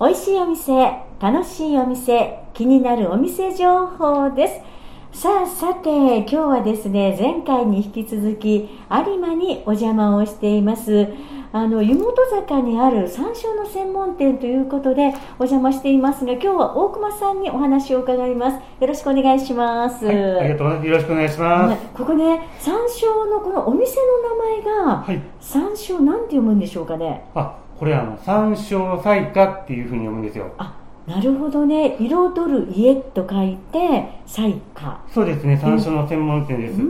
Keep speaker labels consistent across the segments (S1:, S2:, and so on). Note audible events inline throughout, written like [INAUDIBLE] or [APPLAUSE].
S1: 美味しいお店、楽しいお店、気になるお店情報です。さあ、さて、今日はですね、前回に引き続き、有馬にお邪魔をしています。あの、湯本坂にある山椒の専門店ということで、お邪魔していますが、今日は大熊さんにお話を伺います。よろしくお願いします。
S2: はい、ありがとうございます。よろしくお願いし
S1: は
S2: ま
S1: いここね、山椒のこのお店の名前が
S2: す。、はい。
S1: 山椒なんて読むんでしょうかね。
S2: あ、これあの、山椒の彩花っていうふうに読むんですよ。
S1: あなるほどね彩る家と書いて彩花
S2: そうですね、山椒の専門店です。
S1: う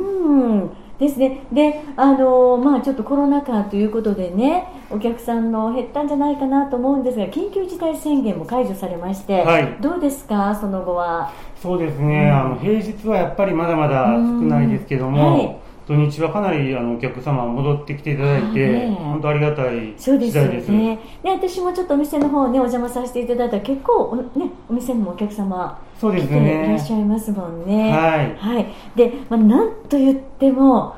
S1: んですねであのまあちょっとコロナ禍ということでねお客さんの減ったんじゃないかなと思うんですが緊急事態宣言も解除されまして、
S2: はい
S1: どうですかその後は
S2: そうですね、
S1: うん
S2: あの、平日はやっぱりまだまだ少ないですけど
S1: うん
S2: も、
S1: はい
S2: 土日はかなりあのお客様戻ってきていただい
S1: あー
S2: て、
S1: ね
S2: 本当ありがたい
S1: そうで
S2: 次
S1: すよ
S2: 第です。
S1: ねで私もちょっとお店の方ねお邪魔させていただいたら結構お,、ね、お店にもお客様
S2: そうで
S1: 来
S2: す
S1: ていらっ
S2: ね
S1: し。ゃいますもんね
S2: はい。
S1: はい、で、まあ、なんと言っても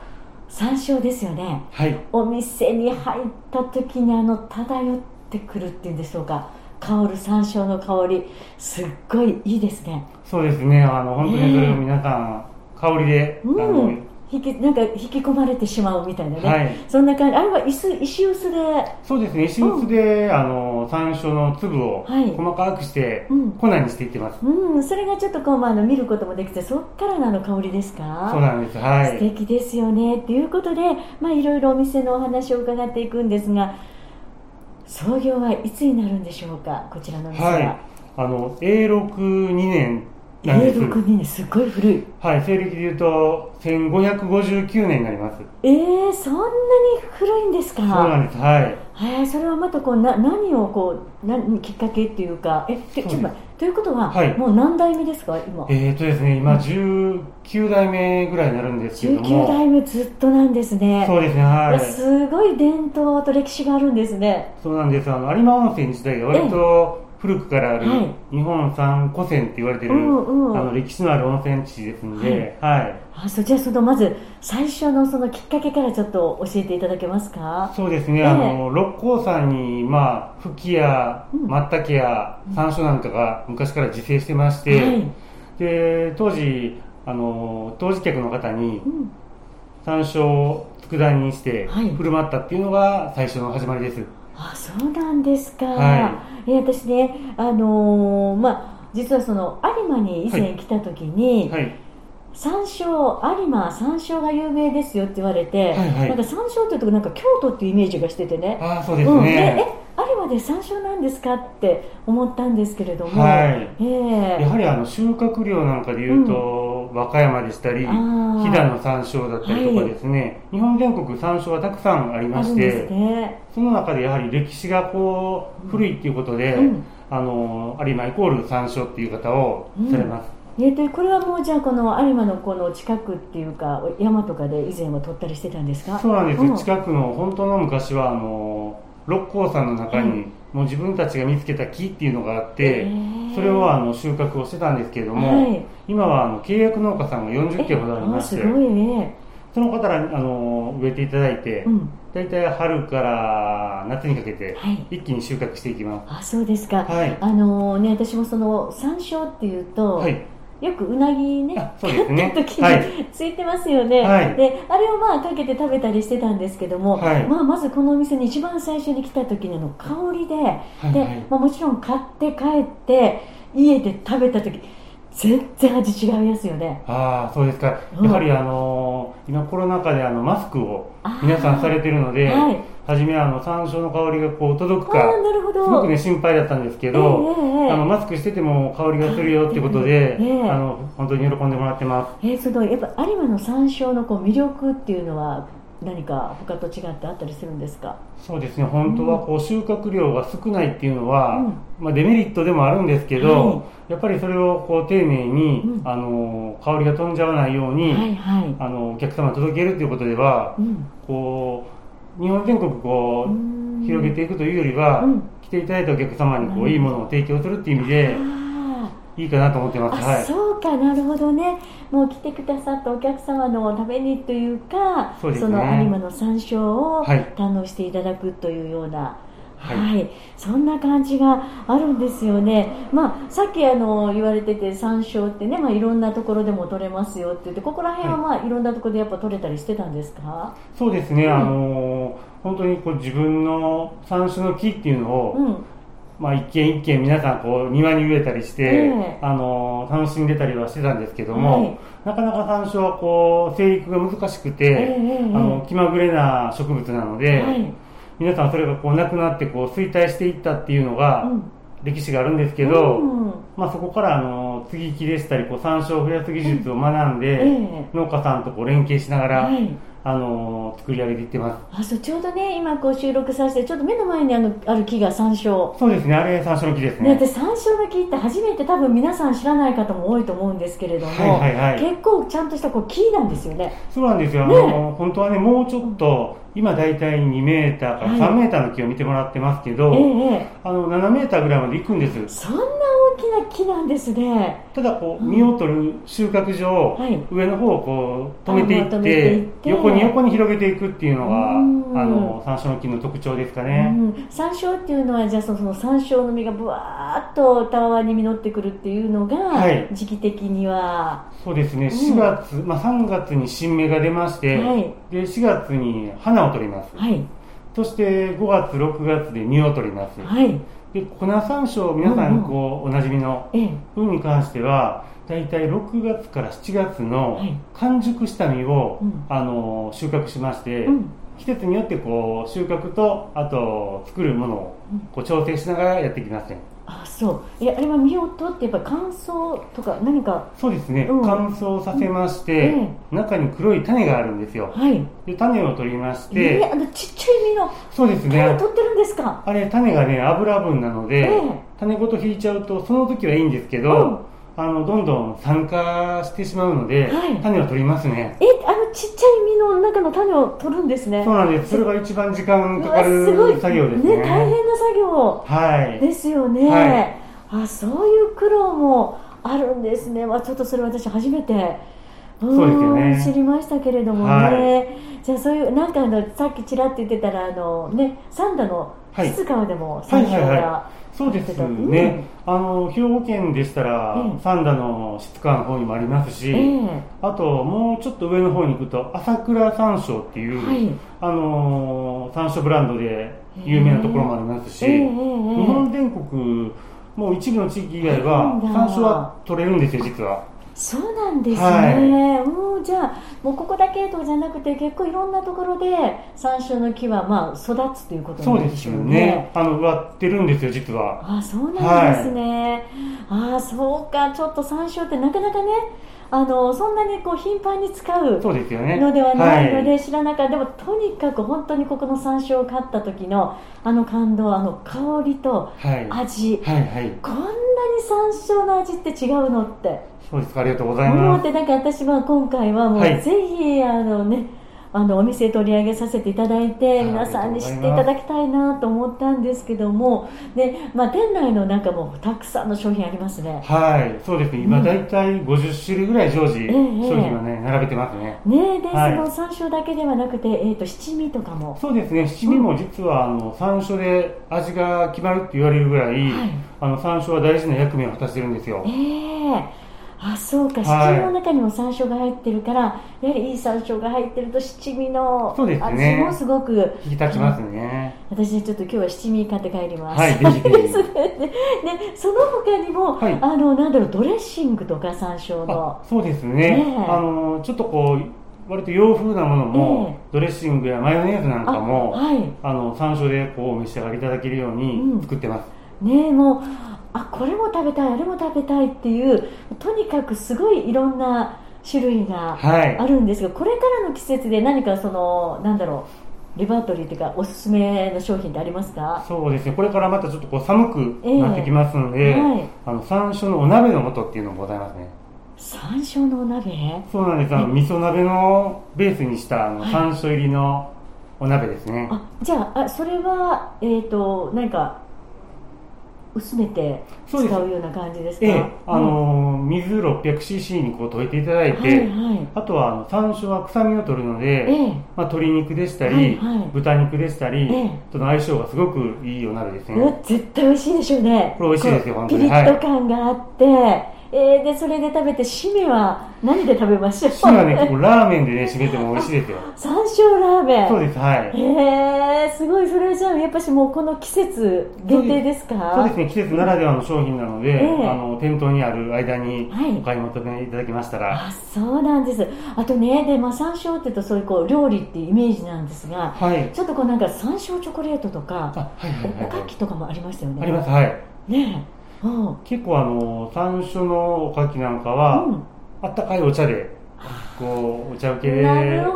S1: 山椒ですよね
S2: はい。
S1: お店に入った時にあの漂ってくるっていうんでしょうか香る山椒の香りすっごいいいですね
S2: そうですね、あの、本当にそれ
S1: え
S2: を
S1: え
S2: 皆さん、香りで、あ
S1: う
S2: の、
S1: ん引きなんか引き込まれてしまうみたいなね、
S2: はい
S1: そんな感じあれは椅子石臼で
S2: そうですね、石臼で、あの、山椒の粒を
S1: はい
S2: 細かくして、
S1: うん
S2: 粉にしていってます。
S1: うんそれがちょっとこう、まあ、あの見ることもできてそっからのあの香りですか
S2: そうなんです。は
S1: 素
S2: い。
S1: 敵ですよねということで、まあ、いろいろお店のお話を伺っていくんですが創業はいつになるんでしょうかこちらのお店は、
S2: はい。あの、永禄二年なん
S1: 永
S2: です。
S1: 禄2年すっごい古い
S2: はい。西暦で言うと、1559年になります。
S1: えー、そんなに古いんです
S2: そうな
S1: か
S2: んです。はい。
S1: えー、それはまたこうな何をこうなきっかけっていうかえてちょ
S2: そ
S1: っ
S2: うです
S1: と待ってということは、
S2: はい
S1: もう何代目ですか今
S2: えーとですね、今、19代目ぐらいになるんですけれど
S1: 19
S2: も。
S1: 代目ずっとなんですね
S2: そうですね、
S1: い
S2: は
S1: や
S2: い。
S1: すごい伝統と歴史があるんですね
S2: そうなんです。あの、有馬温泉自体が割と古くからある
S1: はい、
S2: 日本三古泉って言われてる、
S1: うんうん
S2: あの、歴史のある温泉地ですので、はい。
S1: あそじゃあそのまず最初のそのきっかけからちょっと教えていただけますか
S2: そうですね、
S1: ええ
S2: あの六甲山に、まあ、フキや
S1: うん
S2: マタケや山椒なんかが昔から自生してまして、
S1: はい
S2: で当時あの当時客の方に
S1: うん、
S2: 山椒を佃煮にして
S1: はい
S2: 振る舞ったっていうのが最初の始まりです、
S1: あそうなんですか、
S2: は
S1: え私ねあのーまあ実はその有馬に以前来た時に、
S2: はい、
S1: 山椒有馬山椒が有名ですよって言われて、
S2: はいはい
S1: なんか山椒っていうとなんか京都っていうイメージがしててね
S2: ああそうです
S1: うん、でえ
S2: ね、
S1: 有馬で山椒なんですかって思ったんですけれども、
S2: はい
S1: え
S2: や
S1: え
S2: はりあの収穫量なんかでいうと、和歌山でしたり
S1: あ
S2: 飛
S1: ー
S2: 騨の山椒だったりとかですね、日本全国山椒はたくさんあり
S1: あ
S2: ま
S1: る
S2: し
S1: ん
S2: て
S1: ですね
S2: その中でやはり歴史がこう古いっていうことで、
S1: うん
S2: あの有馬イコール山椒っていう方をされます、
S1: えー、とこれはもうじゃあこの有馬のこの近くっていうか山とかで以前は取ったりしてたんですか
S2: そうなんです、
S1: うん
S2: 近くの本当の昔はあの六甲山の中に、
S1: うん
S2: もう自分たちが見つけた木っていうのがあって、
S1: へー
S2: それをあの収穫をしてたんですけれども、
S1: はい
S2: 今はあの契約農家さんが40軒ほどありま
S1: あ
S2: して
S1: すごいね、
S2: その方らにあの植えていただいて、
S1: うん、
S2: 大体春から夏にかけて
S1: はい
S2: 一気に収穫していきま
S1: あそうですか、
S2: す、はい
S1: あのね私もその山椒っていうと、
S2: はい
S1: よくうなぎね
S2: あそうですね
S1: 買った時
S2: は
S1: についてますよね、
S2: はい
S1: であれをまあかけて食べたりしてたんですけども、
S2: はい
S1: まあ、まずこのお店に一番最初に来た時のあの香りで、
S2: い
S1: で
S2: はい
S1: まあ、もちろん買って帰って家で食べた時全然味違いますよね
S2: ああそうですか、
S1: うん
S2: やはりあのー今コロナ禍であのマスクを
S1: あー
S2: 皆さんされてるので、
S1: はい
S2: 初めはあの山椒の香りがこう届く
S1: ああ
S2: か
S1: なるほ
S2: す
S1: ど
S2: ごくね心配だったんですけど、
S1: ええええ
S2: あのマスクしてても香りがするよってことで、
S1: ええ
S2: あの本当に喜んでもらってま
S1: えー、そのやっぱ有馬の山椒のこう魅力っていうのは何か他と違ってあったりするんですか
S2: すそうですね本当はこう収穫量が少ないっていうのは、
S1: うん
S2: まあ、デメリットでもあるんですけど、
S1: は
S2: やっぱりそれをこう丁寧に、
S1: うん
S2: あのー香りが飛んじゃわないように、
S1: はいはい、
S2: あのお客様に届けるということでは
S1: うん、
S2: こう日本全国こう、
S1: うん
S2: 広げていくというよりは、
S1: うん
S2: 来ていただいたお客様にこ
S1: うん
S2: ういいものを提供するっていう意味で
S1: あ
S2: いいかなと思って
S1: ー
S2: ます。は
S1: あ
S2: い。
S1: そうかなるほどねもう来てくださったお客様のためにというか
S2: そうですね
S1: の有馬の山椒を
S2: はい
S1: 堪能していただくというような、はい、そんな感じがあるんですよね、まあ、さっきあの言われてて山椒ってね、まあ、いろんなところでも取れますよって言ってここら辺は、まあい、ろんなところでやっぱ取れたりしてたんですか、
S2: そうですね、
S1: うん
S2: あのー本当にこう自分の山椒の木っていうのを、
S1: うん、
S2: まあ、一軒一軒皆さんこう庭に植えたりして、
S1: ええ
S2: あのー楽しんでたりはしてたんですけども、
S1: はい
S2: なかなか山椒はこう生育が難しくて、
S1: ええええ
S2: あの気まぐれな植物なので、
S1: はい
S2: 皆さんそれがこうなくなってこう衰退していったっていうのが
S1: うん
S2: 歴史があるんですけど、
S1: うん
S2: まあ、そこからあの接ぎ木でしたりこう山椒を増やす技術を学んで、
S1: ええ
S2: 農家さんとこう連携しながら、
S1: はい
S2: あの作り上げていってます
S1: あそうちょうどね今こう収録させてちょっと目の前にあのある木が山椒
S2: そうですねあれ山椒の木です
S1: ね、
S2: ね
S1: 私山椒の木って初めて多分皆さん知らない方も多いと思うんですけれども、
S2: はいはいはい
S1: 結構ちゃんとしたこう木なんですよね
S2: そうなんですよ、あの本当はねもうちょっと今大体2メーターから3メーターの木を見てもらってますけ
S1: え
S2: ど、
S1: えええ
S2: あの7メーターぐらいまで行くんです
S1: そんな大きな木なんですね
S2: ただこう実を取る収穫上、
S1: はい
S2: 上の方をこう止めてい
S1: あ
S2: っ
S1: まとめていってて
S2: 横に横に広げていくっていうのが
S1: うん
S2: あの山椒の木の特徴ですか
S1: う
S2: ね、
S1: ん、山椒っていうのはじゃあそのその山椒の実がぶわーっとたわわに実ってくるっていうのが、
S2: はい
S1: 時期的には
S2: そうですね
S1: ん
S2: 4月、まあ、3月に新芽が出まして、
S1: はい
S2: で4月に花を取ります
S1: はい
S2: そして5月6月で実を取ります、
S1: はい
S2: で粉山椒皆さんこう、おなじみの
S1: ええ
S2: 分に関しては大体6月から7月の
S1: はい
S2: 完熟した実を、
S1: うん
S2: あの収穫しまして、
S1: うん
S2: 季節によってこう収穫とあと作るものを
S1: うん
S2: こう調整しながらやってきますね
S1: あそういやあれは実を取ってやっぱ乾燥とか何か
S2: そうですね、
S1: うん
S2: 乾燥させまして、
S1: うんえ
S2: 中に黒い種があるんですよ
S1: はい
S2: で種を取りまし
S1: え
S2: て、
S1: えあのちっちゃい実の
S2: そうです
S1: 種を
S2: ね
S1: 取ってるんですか
S2: あれ種がね油分なので、
S1: ええ
S2: 種ごと引いちゃうとその時はいいんですけど、
S1: うん
S2: あのどんどん酸化してしまうので、
S1: はい
S2: 種を取りますね
S1: えあのちっちゃい実の中の種を取るんですね
S2: そうなんです。それが一番時間かかる
S1: うわすごい
S2: 作業ですね。
S1: 大変な作業
S2: はい。
S1: ですよね、あそういう苦労もあるんですね、まあ、ちょっとそれ私初めてん
S2: そうですよね
S1: 知りましたけれどもね、
S2: は
S1: じゃあそういうなんかあのさっきちらって言ってたらあの、ね、サンダの
S2: はい
S1: 静川でも山椒が、
S2: はいはいそうですね。あの兵庫県でしたら、
S1: うん
S2: 三田の質感の方にもありますし、
S1: え
S2: あともうちょっと上の方に行くと朝倉山椒ってい
S1: え
S2: う、
S1: はい
S2: あのー山椒ブランドで有名なところもありますし、
S1: ええええええ
S2: 日本全国もう一部の地域以外
S1: あ
S2: は
S1: そうなんだ
S2: 山椒は取れるんですよ実は。
S1: そうなんですね、
S2: は
S1: もうじゃあもうここだけとじゃなくて結構いろんなところで山椒の木はまあ育つということ
S2: そう
S1: なん
S2: で
S1: ですす
S2: よ
S1: よ
S2: ね
S1: ね。。
S2: あの植わってるんですよ実は。
S1: あそうなんですね、あそうかちょっと山椒ってなかなかねあのそんなにこう頻繁に使う
S2: そうですよね。
S1: のではないの
S2: は
S1: で知らなかった、でもとにかく本当にここの山椒を買った時のあの感動あの香りと
S2: はい。はい。
S1: 味、
S2: はい。
S1: こんなに山椒の味って違うのって
S2: そうですか。ありがとうござい
S1: 思
S2: ま
S1: っ
S2: す。
S1: てなんか私は今回はもう
S2: はい
S1: ぜひあのねあのお店取り上げさせていただいて
S2: あ
S1: 皆さんに知ってい
S2: ありがと
S1: た
S2: うござ
S1: だきたいなと思ったんですけどもで、まあ、店内の中もたくさんの商品ありますね。
S2: はい。そうですね。今、だいたい50種類ぐらい常時、
S1: ええ
S2: 商品はね、並べてますね。
S1: ねで、
S2: はい
S1: その山椒だけではなくて、えー、と七味とかも
S2: そうですね。七味も実は、あの、山椒で味が決まるって言われるぐらい、
S1: はい
S2: あの、山椒は大事な役目を果たしてるんですよ
S1: え。えあそうか
S2: はい
S1: 七味の中にも山椒が入ってるから、やはりいい山椒が入ってると七味の
S2: そうです
S1: 味
S2: ね
S1: もすごく、
S2: 引き立ちますね。
S1: 私ちょっと今日は七味買って帰ります。
S2: はい。ぜひぜ
S1: です [LAUGHS]
S2: ひ。
S1: ね。ね、その他にも、
S2: はい
S1: あの、なんだろう、ドレッシングとか山椒
S2: あ
S1: の。
S2: そうですね。
S1: ねえ
S2: あの、ちょっとこう、割と洋風なものも、ドレッシングやマヨネーズなんかも、
S1: はい。
S2: あの山椒でこうお召し上がりいただけるよう
S1: う
S2: に
S1: ん
S2: 作ってます、
S1: ね、もう、あ、これも食べたい、あれも食べたいっていう、とにかくすごいいろんな種類が
S2: はい
S1: あるんですが、これからの季節で何かその、なんだろう、リバートリーっていうか、おすすめの商品ってありますか
S2: そうですね、これからまたちょっとこう寒くなってきますの
S1: え
S2: で、
S1: えはい
S2: あの山椒のお鍋の素っていうのもございますね。
S1: 山椒のお鍋
S2: そうなんです、あの味噌鍋のベースにしたあの
S1: はい
S2: 山椒入りのお鍋ですね。
S1: あ、じゃあ、あそれは、えっ、と、なんか、薄めて使うような感じですか
S2: ええ、あのー水 600cc にこう溶いていただいて、
S1: はいはい
S2: あとはあの山椒は臭みを取るので、
S1: ええ
S2: まあ、鶏肉でしたり、
S1: はいはい
S2: 豚肉でしたり、
S1: ええ
S2: との相性がすごくいいお鍋ですね、
S1: うわ絶対美味しいでしょうね
S2: これ美味しいですよ
S1: こう
S2: 本当に
S1: ピリッと感があって、えーでそれで食べて締めは何で食べましょう
S2: 締めはね、こうラーメンでね、締めても美味しいですよ。
S1: 山椒ラーメン
S2: そうです、は
S1: へ
S2: い。
S1: えー、すごいそれじゃあやっぱしもうこの季節限定ですか
S2: そうですね、季節ならではの商品なの
S1: え
S2: で、
S1: え
S2: あの店頭にある間に
S1: はい
S2: お買い求めいただきましたら、
S1: あそうなんですあとねで、まあ、山椒っていうとそういうこう料理っていうイメージなんですが
S2: はい。
S1: ちょっとこうなんか山椒チョコレートとか
S2: あ、はいはいは
S1: お
S2: い、は
S1: かきとかもありましたよね
S2: い。あります、はい。
S1: ねえうん
S2: 結構あの、山椒のおかきなんかは、
S1: うん
S2: あったかいお茶で、こう、お茶受けで。
S1: なる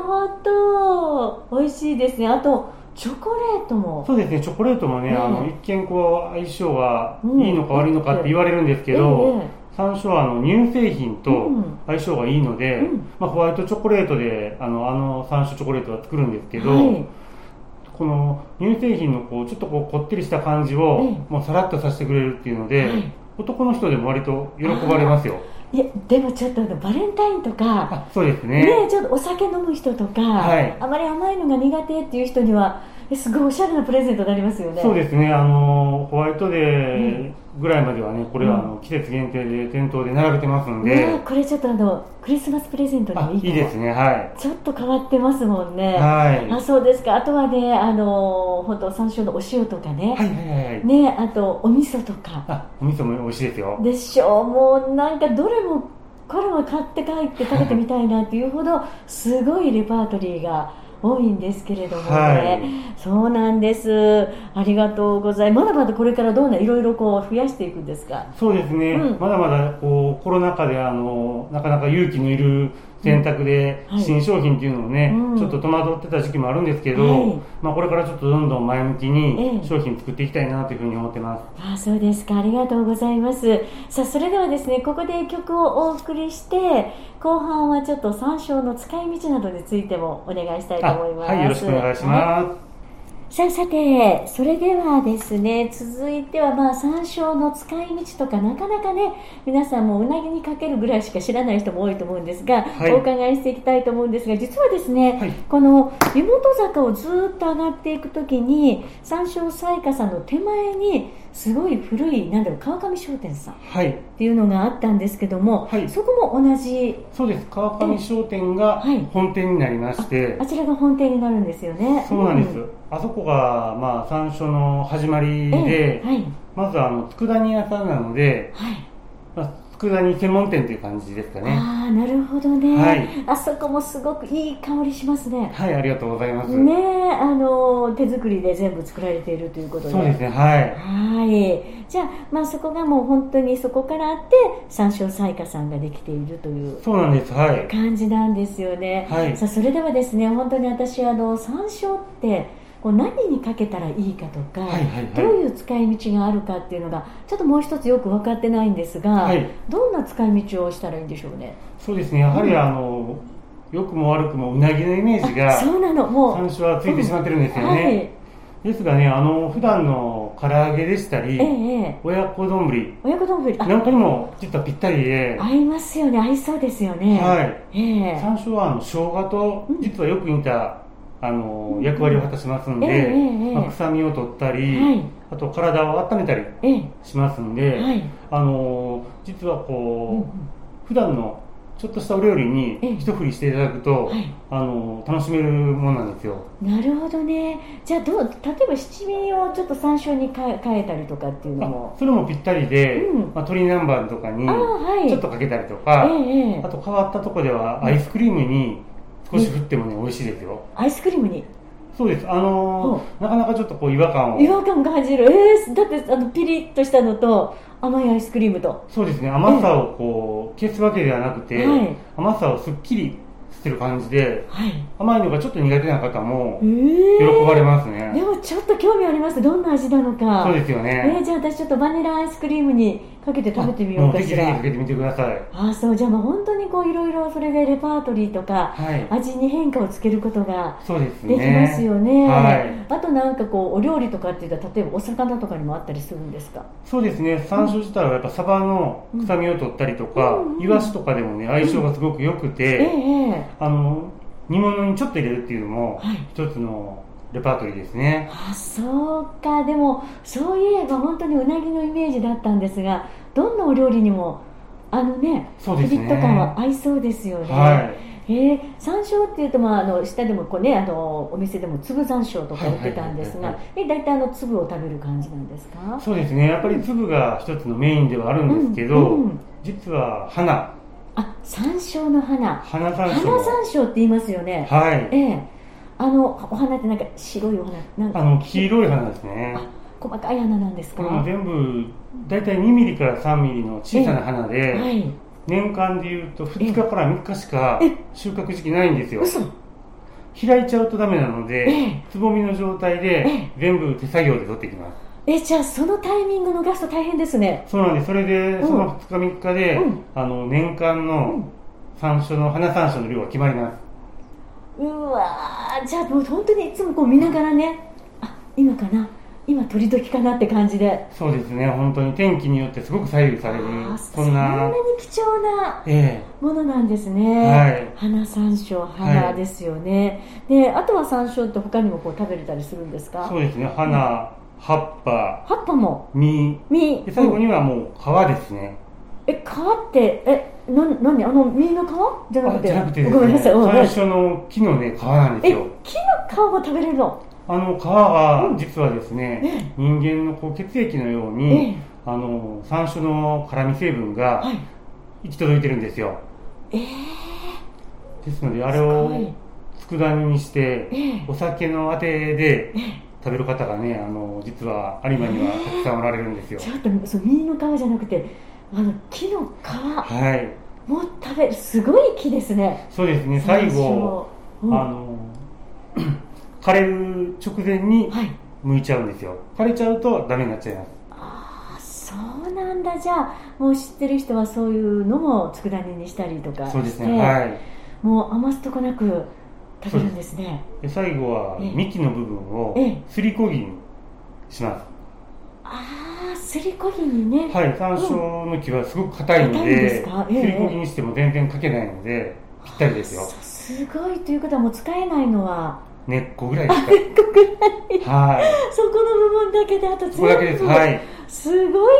S1: ほど美味しいですねあとチョコレートも
S2: そうですね、チョコレートもね、
S1: ええ
S2: あの一見こう相性が
S1: うん
S2: いいのか悪いのかって言われるんですけど、
S1: ええ
S2: 山椒はあの乳製品と
S1: うん
S2: 相性がいいので、
S1: うん
S2: まあ、ホワイトチョコレートであのあの山椒チョコレートは作るんですけど、
S1: はい
S2: この乳製品のこうちょっとこうこってりした感じを、
S1: え
S2: もうさらっとさせてくれるっていうので、
S1: はい
S2: 男の人でも割と喜ばれますよ。
S1: いやでもちょっとバレンタインとか
S2: あそうですね
S1: ねえちょっとお酒飲む人とか、
S2: はい
S1: あまり甘いのが苦手っていう人にはえすごいおしゃれなプレゼントになりますよね
S2: そうですね、あのホワイトデーぐらいまではね、これはあ
S1: う
S2: の季節限定で店頭で並べてますんで、
S1: ねえこれちょっとあのクリスマスプレゼントに
S2: あ
S1: もいい
S2: い
S1: か
S2: い
S1: も
S2: ですね、はい。
S1: ちょっと変わってますもんね、
S2: はい。
S1: あそうですかあとはねあの本当山椒のお塩とかね、
S2: はいはいはいはい。
S1: ねえあとお味噌とか
S2: あ、お味噌も美味しいですよ。
S1: でしょうもうなんかどれもこれも買って帰って食べてみたいなっていうほどすごいレパートリーが多いんですけれどもね、
S2: は
S1: そうなんですありがとうございますまだまだこれからどうなんいろいろこう増やしていくんですか
S2: そうですね。
S1: うん
S2: まだまだこうコロナ禍であのなかなか勇気のいる選択で、
S1: うんはい
S2: 新商品っていうのをね、
S1: うん
S2: ちょっと戸惑ってた時期もあるんですけど、
S1: はい
S2: まあこれからちょっとどんどん前向きに
S1: ええ
S2: 商品作っていきたいなというふうに思ってます。
S1: ああそうですかありがとうございますさあそれではですねここで曲をお送りして後半はちょっと山椒の使い道などについてもお願いしたいと
S2: あ、
S1: 思います
S2: はい、よろしくお願いしま
S1: さあさてそれではですね続いてはまあ山椒の使い道とかなかなかね皆さんもうなぎにかけるぐらいしか知らない人も多いと思うんですが、
S2: はい
S1: お伺いしていきたいと思うんですが実はですね、
S2: はい
S1: この湯本坂をずーっと上がっていくときに山椒彩花さんの手前にすごい古いなんだろう川上商店さんっ
S2: す。はい。
S1: ていうのがあったんですけども、
S2: はい
S1: そこも同じ
S2: そうです。川上商店が
S1: はい
S2: 本店になりまして。
S1: あちらが本店になるんですよね
S2: そうなんです、
S1: う
S2: あそこが、まあ、山椒の始まりで、
S1: ええはい
S2: まずあの佃煮屋さんなので、
S1: はい
S2: まあ、佃煮専門店という感じですかね
S1: ああなるほどね、
S2: はい
S1: あそこもすごくいい香りしますね
S2: はいありがとうございます、
S1: ねえあの手作りで全部作られているということで
S2: そうですねはい
S1: はいじゃあ,、まあそこがもう本当にそこからあって山椒彩花さんができているという
S2: そうなんですはい
S1: 感じなんですよね、
S2: はい
S1: さあそれではですね本当に私あの山椒ってこう何にかけたらいいかとか、
S2: はいはいはい
S1: どういう使い道があるかっていうのがちょっともう一つよく分かってないんですが、
S2: はい
S1: どんな使い道をしたらいいんでしょうね
S2: そうですねやはりあの、良くも悪くもうなぎのイメージが
S1: あそうなのもう
S2: 山椒はついてしまってるんですよね、
S1: はい、
S2: ですがねあの普段の唐揚げでしたり、
S1: ええ
S2: 親子丼
S1: 親子丼ぶりあ
S2: なんかにも実はぴったりで、
S1: 合いますよね合いそうですよね
S2: はい
S1: ええ
S2: 山椒はあの生姜と
S1: うん
S2: 実はよく似た、あの役割を果たしますんで、
S1: ええええええ
S2: まあ、臭みを取ったり、
S1: はい
S2: あと体を温めたり
S1: ええ
S2: しますんで、
S1: はい
S2: あの実はこう、
S1: うんうん
S2: 普段のちょっとしたお料理
S1: ええ
S2: に一振りしていただくと、
S1: はい
S2: あの楽しめるものなんですよ。
S1: なるほどねじゃあどう例えば七味をちょっと山椒に変え変えたりとかっていうの
S2: あ
S1: も
S2: それもぴったりで、
S1: うん
S2: まあ、鶏南蛮とかに
S1: あはい
S2: ちょっとかけたりとか、
S1: ええええ
S2: あと変わったとこではアイスクリームに少し振ってもね、美味しいですよ。
S1: アイスクリームに
S2: そうです。あのーなかなかちょっとこう違和感を。
S1: 違和感感じるええだってあのピリッとしたのと甘いアイスクリームと
S2: そうですね。甘さをこう消すわけではなくて、
S1: はい
S2: 甘さをすっきりってる感じで、
S1: はい。
S2: 甘いのがちょっと苦手な方も
S1: えー
S2: 喜ばれます
S1: で
S2: ね。
S1: もちょっと興味あります。どんな味なのか。
S2: そうですよ
S1: ね
S2: ね。
S1: じゃあ私ちょっとバニラアイスクリームにかけて食べてみよ
S2: も
S1: う
S2: う
S1: か
S2: 適
S1: し
S2: 宜
S1: ら
S2: か。けてみてください。
S1: ああ、そう。じゃあもう本当にこういろいろそれでレパートリーとか
S2: はい。
S1: 味に変化をつけることが
S2: そうです
S1: で
S2: ね。
S1: きますよね。
S2: はい。
S1: あとなんかこうお料理とかっていうと例えばお魚とかにもあったりするんですか。
S2: そうですね。山椒自体はやっぱサバの臭みを取ったりとか、
S1: うん
S2: イワシとかでもね、相性がすごく良く
S1: ええ
S2: て、
S1: ええ
S2: あの、煮物にちょっと入れるっていうのも、
S1: はい。
S2: 一つのレパートリーですね。
S1: あそうかでもそういえば本当にうなぎのイメージだったんですがどんなお料理にもあのね
S2: そうです
S1: ピ
S2: ね
S1: リッと感は合いそうですよね、
S2: はい。
S1: へえ山椒っていうと、まあ、あの下でもこう、ね、あのお店でも粒山椒とか売ってたんです
S2: はい
S1: が
S2: は
S1: え大体あの粒を食べる感じなんですか
S2: そうですね。やっぱり粒が一つのメインではあるんですけど、
S1: うんうん
S2: 実は花、
S1: あ山椒の花
S2: 花山
S1: 花
S2: 椒。
S1: 山椒って言いますよね、
S2: はい。
S1: ええあのお花ってなんか白いお花なん
S2: あ
S1: か
S2: の、黄色い花ですね。
S1: あ細かい花なんです
S2: こ
S1: か
S2: れも全部、だいたい2ミリから3ミリの小さな花で、
S1: はい
S2: 年間でいうと2日から3日しか
S1: え
S2: 収穫時期ないんですよ。
S1: 嘘
S2: 開いちゃうとダメなので、
S1: ええ
S2: つぼみの状態
S1: え
S2: で全部手作業で取っていきます。
S1: えじゃあそのタイミング逃すと大変ですね
S2: そうなんです。それで、
S1: うん
S2: その2日3日で、
S1: うん
S2: あの、年間
S1: うん
S2: の山椒の、花山椒の量が決まります。
S1: うわーじゃあもう本当にいつもこう見ながらねあ今かな今取り時かなって感じで
S2: そうですね、本当に天気によってすごく左右される
S1: あー、
S2: そんな
S1: に、貴重な
S2: え
S1: ものなんです
S2: え
S1: ね、
S2: はい。
S1: 花山椒花ですよね、であとは山椒って他にもこう食べれたりするんですか
S2: そうですね、花、葉っぱ、
S1: 葉っぱも
S2: 実、
S1: 実
S2: で最後
S1: うん
S2: にはもう皮ですね。
S1: え皮ってえな何あの実の皮じゃな
S2: あ
S1: くて
S2: じゃなくてです
S1: ごめんな
S2: ね、
S1: さい、うん
S2: 最初の木のね、皮なんで
S1: え
S2: す
S1: 木
S2: よ
S1: の。皮も食べれるの
S2: あの皮は実はですね、人間のこう血液のよう
S1: ええ
S2: に、あの山椒の辛み成分が
S1: はい
S2: 行き届いてるんですよ。
S1: ええ
S2: ですので、あ
S1: あ
S2: れを佃煮にし
S1: え
S2: て、
S1: え
S2: お酒のあてで
S1: ええ
S2: 食べる方がね、あの実は有馬にはたくさんおられるんですよ。
S1: ちょっとそう実の皮じゃなくてあの木の皮
S2: はい、
S1: も食べるすごい木ですね
S2: そうですね、最後、
S1: 山椒うん
S2: あの [CLEARS THROAT] 枯れる直前に
S1: はい
S2: 剥いちゃうんですよ。枯れちゃうとダメになっちゃいます。
S1: あそうなんだじゃあもう知ってる人はそういうのも佃煮にしたりとかして
S2: そうですね、はい。
S1: もう余すとこなく食べるんですね
S2: で最後は
S1: ええ
S2: 幹の部分を
S1: ええ
S2: すりこぎにします、
S1: ああすりこぎにね、
S2: はい山椒の木はすごく硬いの
S1: 硬いんです
S2: で
S1: か
S2: す
S1: ええ
S2: りこぎにしても全然かけないのでぴったりですよ
S1: そうすごいということはもう使えないのは [LAUGHS]
S2: 根っこぐらいですか根っこぐらいはい
S1: そこの部分だけであと
S2: そこだけです
S1: 全部
S2: はい
S1: すごい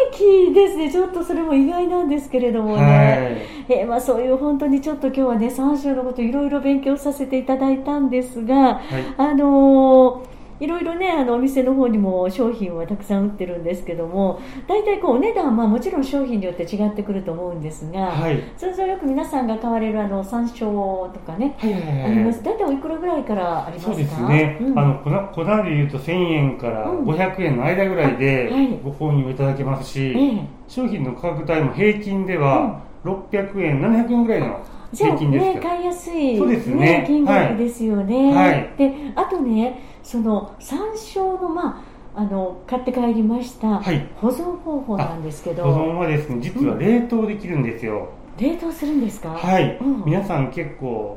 S1: 木ですねちょっとそれも意外なんですけれどもね、
S2: はい
S1: えーまあ、そういう本当にちょっと今日はね三種のこといろいろ勉強させていただいたんですが、
S2: はい
S1: あのーいろいろねあのお店の方にも商品はたくさん売ってるんですけども大体こうお値段はまあもちろん商品によって違ってくると思うんですが、
S2: はい
S1: 通常よく皆さんが買われるあの山椒とかね、
S2: はいはい
S1: あり
S2: は
S1: ま
S2: い
S1: す大体おいくらぐらいからありますか
S2: そうですね、
S1: うん
S2: あの粉粉でいうと1000円から
S1: うん
S2: 500円の間ぐらいで
S1: あはい
S2: ご購入いただけますし、
S1: ええ
S2: 商品の価格帯も平均では600円、700円ぐらいの
S1: じゃあ
S2: 平均ですけ
S1: ね
S2: ど、
S1: 買いやすい、
S2: そうですね
S1: 金額ですよね、
S2: はい
S1: であとねその山椒の,、まあ、あの買って帰りました、
S2: はい
S1: 保存方法なんですけ
S2: 保
S1: ど
S2: 存はですね実は冷凍できるんですよ、
S1: 冷凍するんですか
S2: はい、
S1: うん
S2: 皆さん結構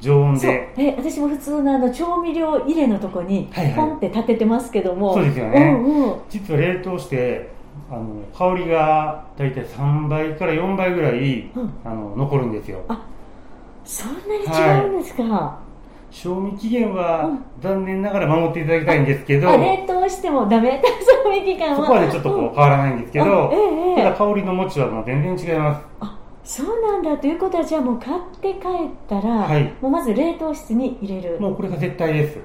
S2: 常温
S1: そう
S2: で
S1: え私も普通のあの調味料入れのとこに
S2: はいはい
S1: ポンって立ててますけども、
S2: そうですよね
S1: うんうん
S2: 実は冷凍してあの香りが大体3倍から4倍ぐらい、
S1: うん
S2: あの残るんですよ
S1: あそんなに違うんですか、
S2: 賞味期限
S1: う
S2: は
S1: ん
S2: 残念ながら守っていただきたいんですけど、
S1: あ冷凍してもダメ賞味期間は
S2: そこはねちょっとこう変わらないんですけど、
S1: うんあええええ
S2: ただ香りの持ちはもう全然違います
S1: あそうなんだということはじゃあもう買って帰ったら、
S2: はい
S1: もうまず冷凍室に入れる
S2: もうこれが絶対です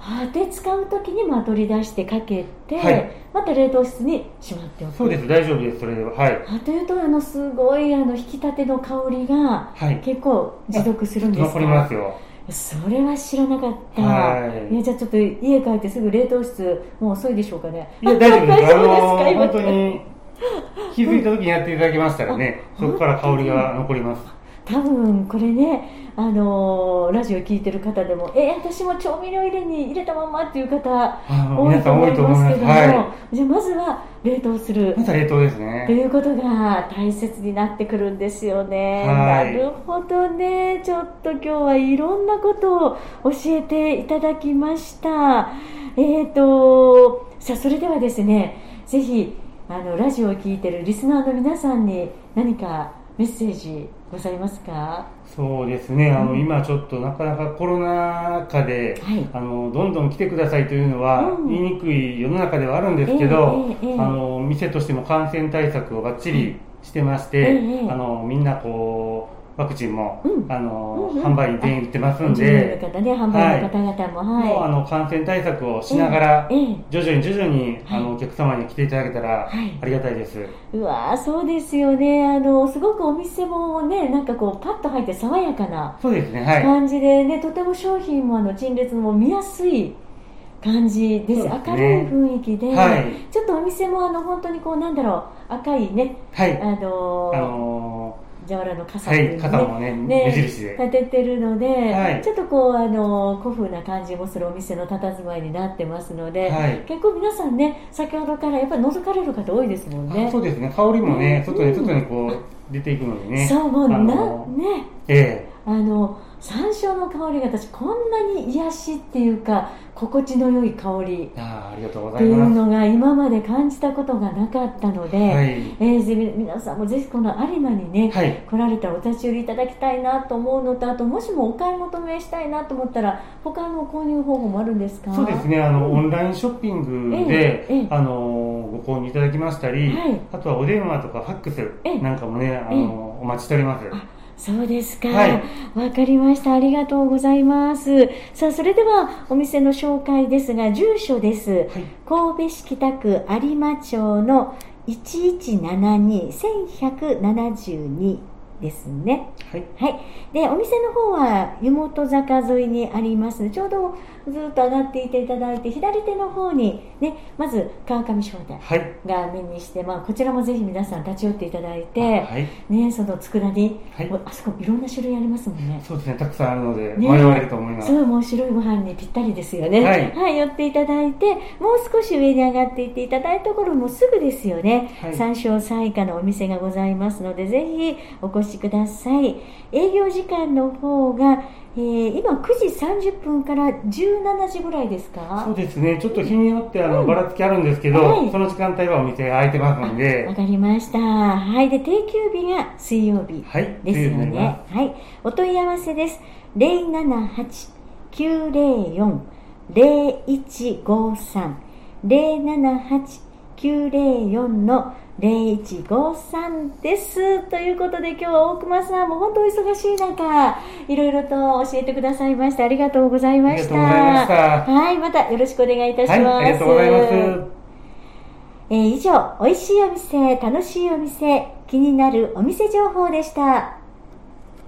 S1: あで使う時にまあ取り出してかけて、
S2: はい
S1: また冷凍室にしまっておく
S2: そうです大丈夫ですそれでははい
S1: あというとあのすごいあの引き立ての香りが
S2: はい
S1: 結構持続するんですか
S2: 残りますよ
S1: それは知らなかった、
S2: はい
S1: ね、じゃあちょっと家帰ってすぐ冷凍室もう遅いでしょうかね
S2: いや、大丈夫です。あ
S1: 大丈
S2: の
S1: 夫ですか今
S2: 本当に、気づいた時にやっていただけましたらね、
S1: うん
S2: そこから香りが残ります。
S1: 多分これねあのラジオ聞いてる方でもえー私も調味料入れに入れたまんまっていう方
S2: あ
S1: 多
S2: の
S1: い
S2: 皆
S1: と
S2: さん
S1: 思
S2: 多い
S1: い
S2: と思い
S1: ます
S2: ま
S1: け
S2: す。
S1: ども、
S2: は
S1: じゃあまずは冷凍する
S2: い。まずは冷凍です
S1: と
S2: ね。
S1: いうことが大切になってくるんですよね。
S2: はい
S1: なるほどね。ちょっと今日はいろんなことを教えていただきました。えーと、さあ、それではですね、ぜひ、あの、ラジオを聞いてるリスナーの皆さんに何かメッセージございますか
S2: そうですね。あ
S1: う
S2: の
S1: ん
S2: 今ちょっとなかなかコロナ禍で
S1: はい。
S2: あのどんどん来てくださいというのは
S1: うん
S2: 言いにくい世の中ではあるんですけど、
S1: ええええええ
S2: あの店としても感染対策をバッチリしてまして、
S1: ええ
S2: あのみんなこうワクチンも、
S1: うん
S2: あの
S1: うんうん
S2: 販売員全員売ってますん
S1: 従業
S2: で
S1: 員、の方ね、販売の方々も、
S2: もうあ
S1: は
S2: の感染対策をしながら、
S1: い。ええ
S2: 徐々に徐々に、
S1: はい
S2: あのお客様に来ていただけたら
S1: はい
S2: ありがたいです、
S1: うわーそうですよねあのすごくお店もねなんかこうパッと入って爽やかな
S2: そうですねはい、
S1: 感じでね、とても商品もあの陳列も見やすい感じです
S2: そうです
S1: 明るい
S2: ね
S1: 雰囲気で、
S2: はい
S1: ちょっとお店もあの本当にこうなんだろう赤いね
S2: はい
S1: あの
S2: あの
S1: 蛇腹の傘
S2: ーは
S1: とい
S2: いう肩もね
S1: ね
S2: 目印で、
S1: 立ててるので、
S2: はい
S1: ちょっとこうあの古風な感じもするお店の佇まいになってますので、
S2: はい
S1: 結構皆さんね先ほどからやっぱり覗かれる方多いですもんね
S2: あそうですね香りもね
S1: うん
S2: 外に外にこう出ていくのでね
S1: そうもう
S2: あ
S1: な
S2: のー
S1: ね
S2: え
S1: あの山椒の香りが私こんなに癒しっていうか心地の良い香り
S2: えあーありがとうご
S1: っ
S2: ざ
S1: て
S2: い
S1: いう
S2: ます
S1: のが今まで感じたことがなかったので、
S2: はい
S1: えーぜひ皆さんもぜひこの有馬にね、
S2: はい
S1: 来られたらお立ち寄りいただきたいなと思うのとあともしもお買い求めしたいなと思ったら他の購入方法もあるんですか
S2: そうですねあのオンラインショッピングで、
S1: ええええ
S2: あのーご購入いただきましたり、
S1: はい
S2: あとはお電話とかファック
S1: ええ
S2: スなんかもね、あのー
S1: ええ
S2: お待ちしております
S1: そうですか。
S2: はい
S1: わかりました。ありがとうございます。さあ、それではお店の紹介ですが、住所です。神戸市北区有馬町の1172-1172ですね。
S2: はい
S1: はい。で、お店の方は湯本坂沿いにあります。ちょうどずっと上がっていていただいて、左手の方にね、まず川上商店
S2: はい
S1: が目にして、まあ、こちらもぜひ皆さん立ち寄っていただいて、
S2: はい、
S1: ね、その佃煮、
S2: はい
S1: もうあそこいろんな種類ありますもんね。
S2: そうですねたくさんあるので
S1: ね
S2: 迷われると思います、
S1: そうもう白いご飯にぴったりですよね
S2: はい
S1: 寄っていただいてもう少し上に上がっていっていただいたところもうすぐですよね、
S2: はい
S1: 山椒菜花のお店がございますのでぜひお越しください営業時間の方が、えー今9時30分から17時ぐらいです
S2: そ
S1: か
S2: うですね、ちょっと日によってあの、
S1: うん
S2: ばらつきあるんですけど、
S1: はい
S2: その時間帯はお店が開いてますので
S1: わ、かりましたはいで定休日が水曜日
S2: はい、
S1: ですよ
S2: というふうになり
S1: ね
S2: ま。
S1: はい、お問い合わせです。零七八九零四零一五三零七八九零四の零一五三です。ということで今日は大熊さんも本当お忙しい中いろいろと教えてくださいましてありがとうございました。
S2: ありがとうございました
S1: はい、またよろしくお願いいたします
S2: す。はい、ありがとうございます。
S1: えー以上、美味しいお店、楽しいお店、気になるお店情報でした。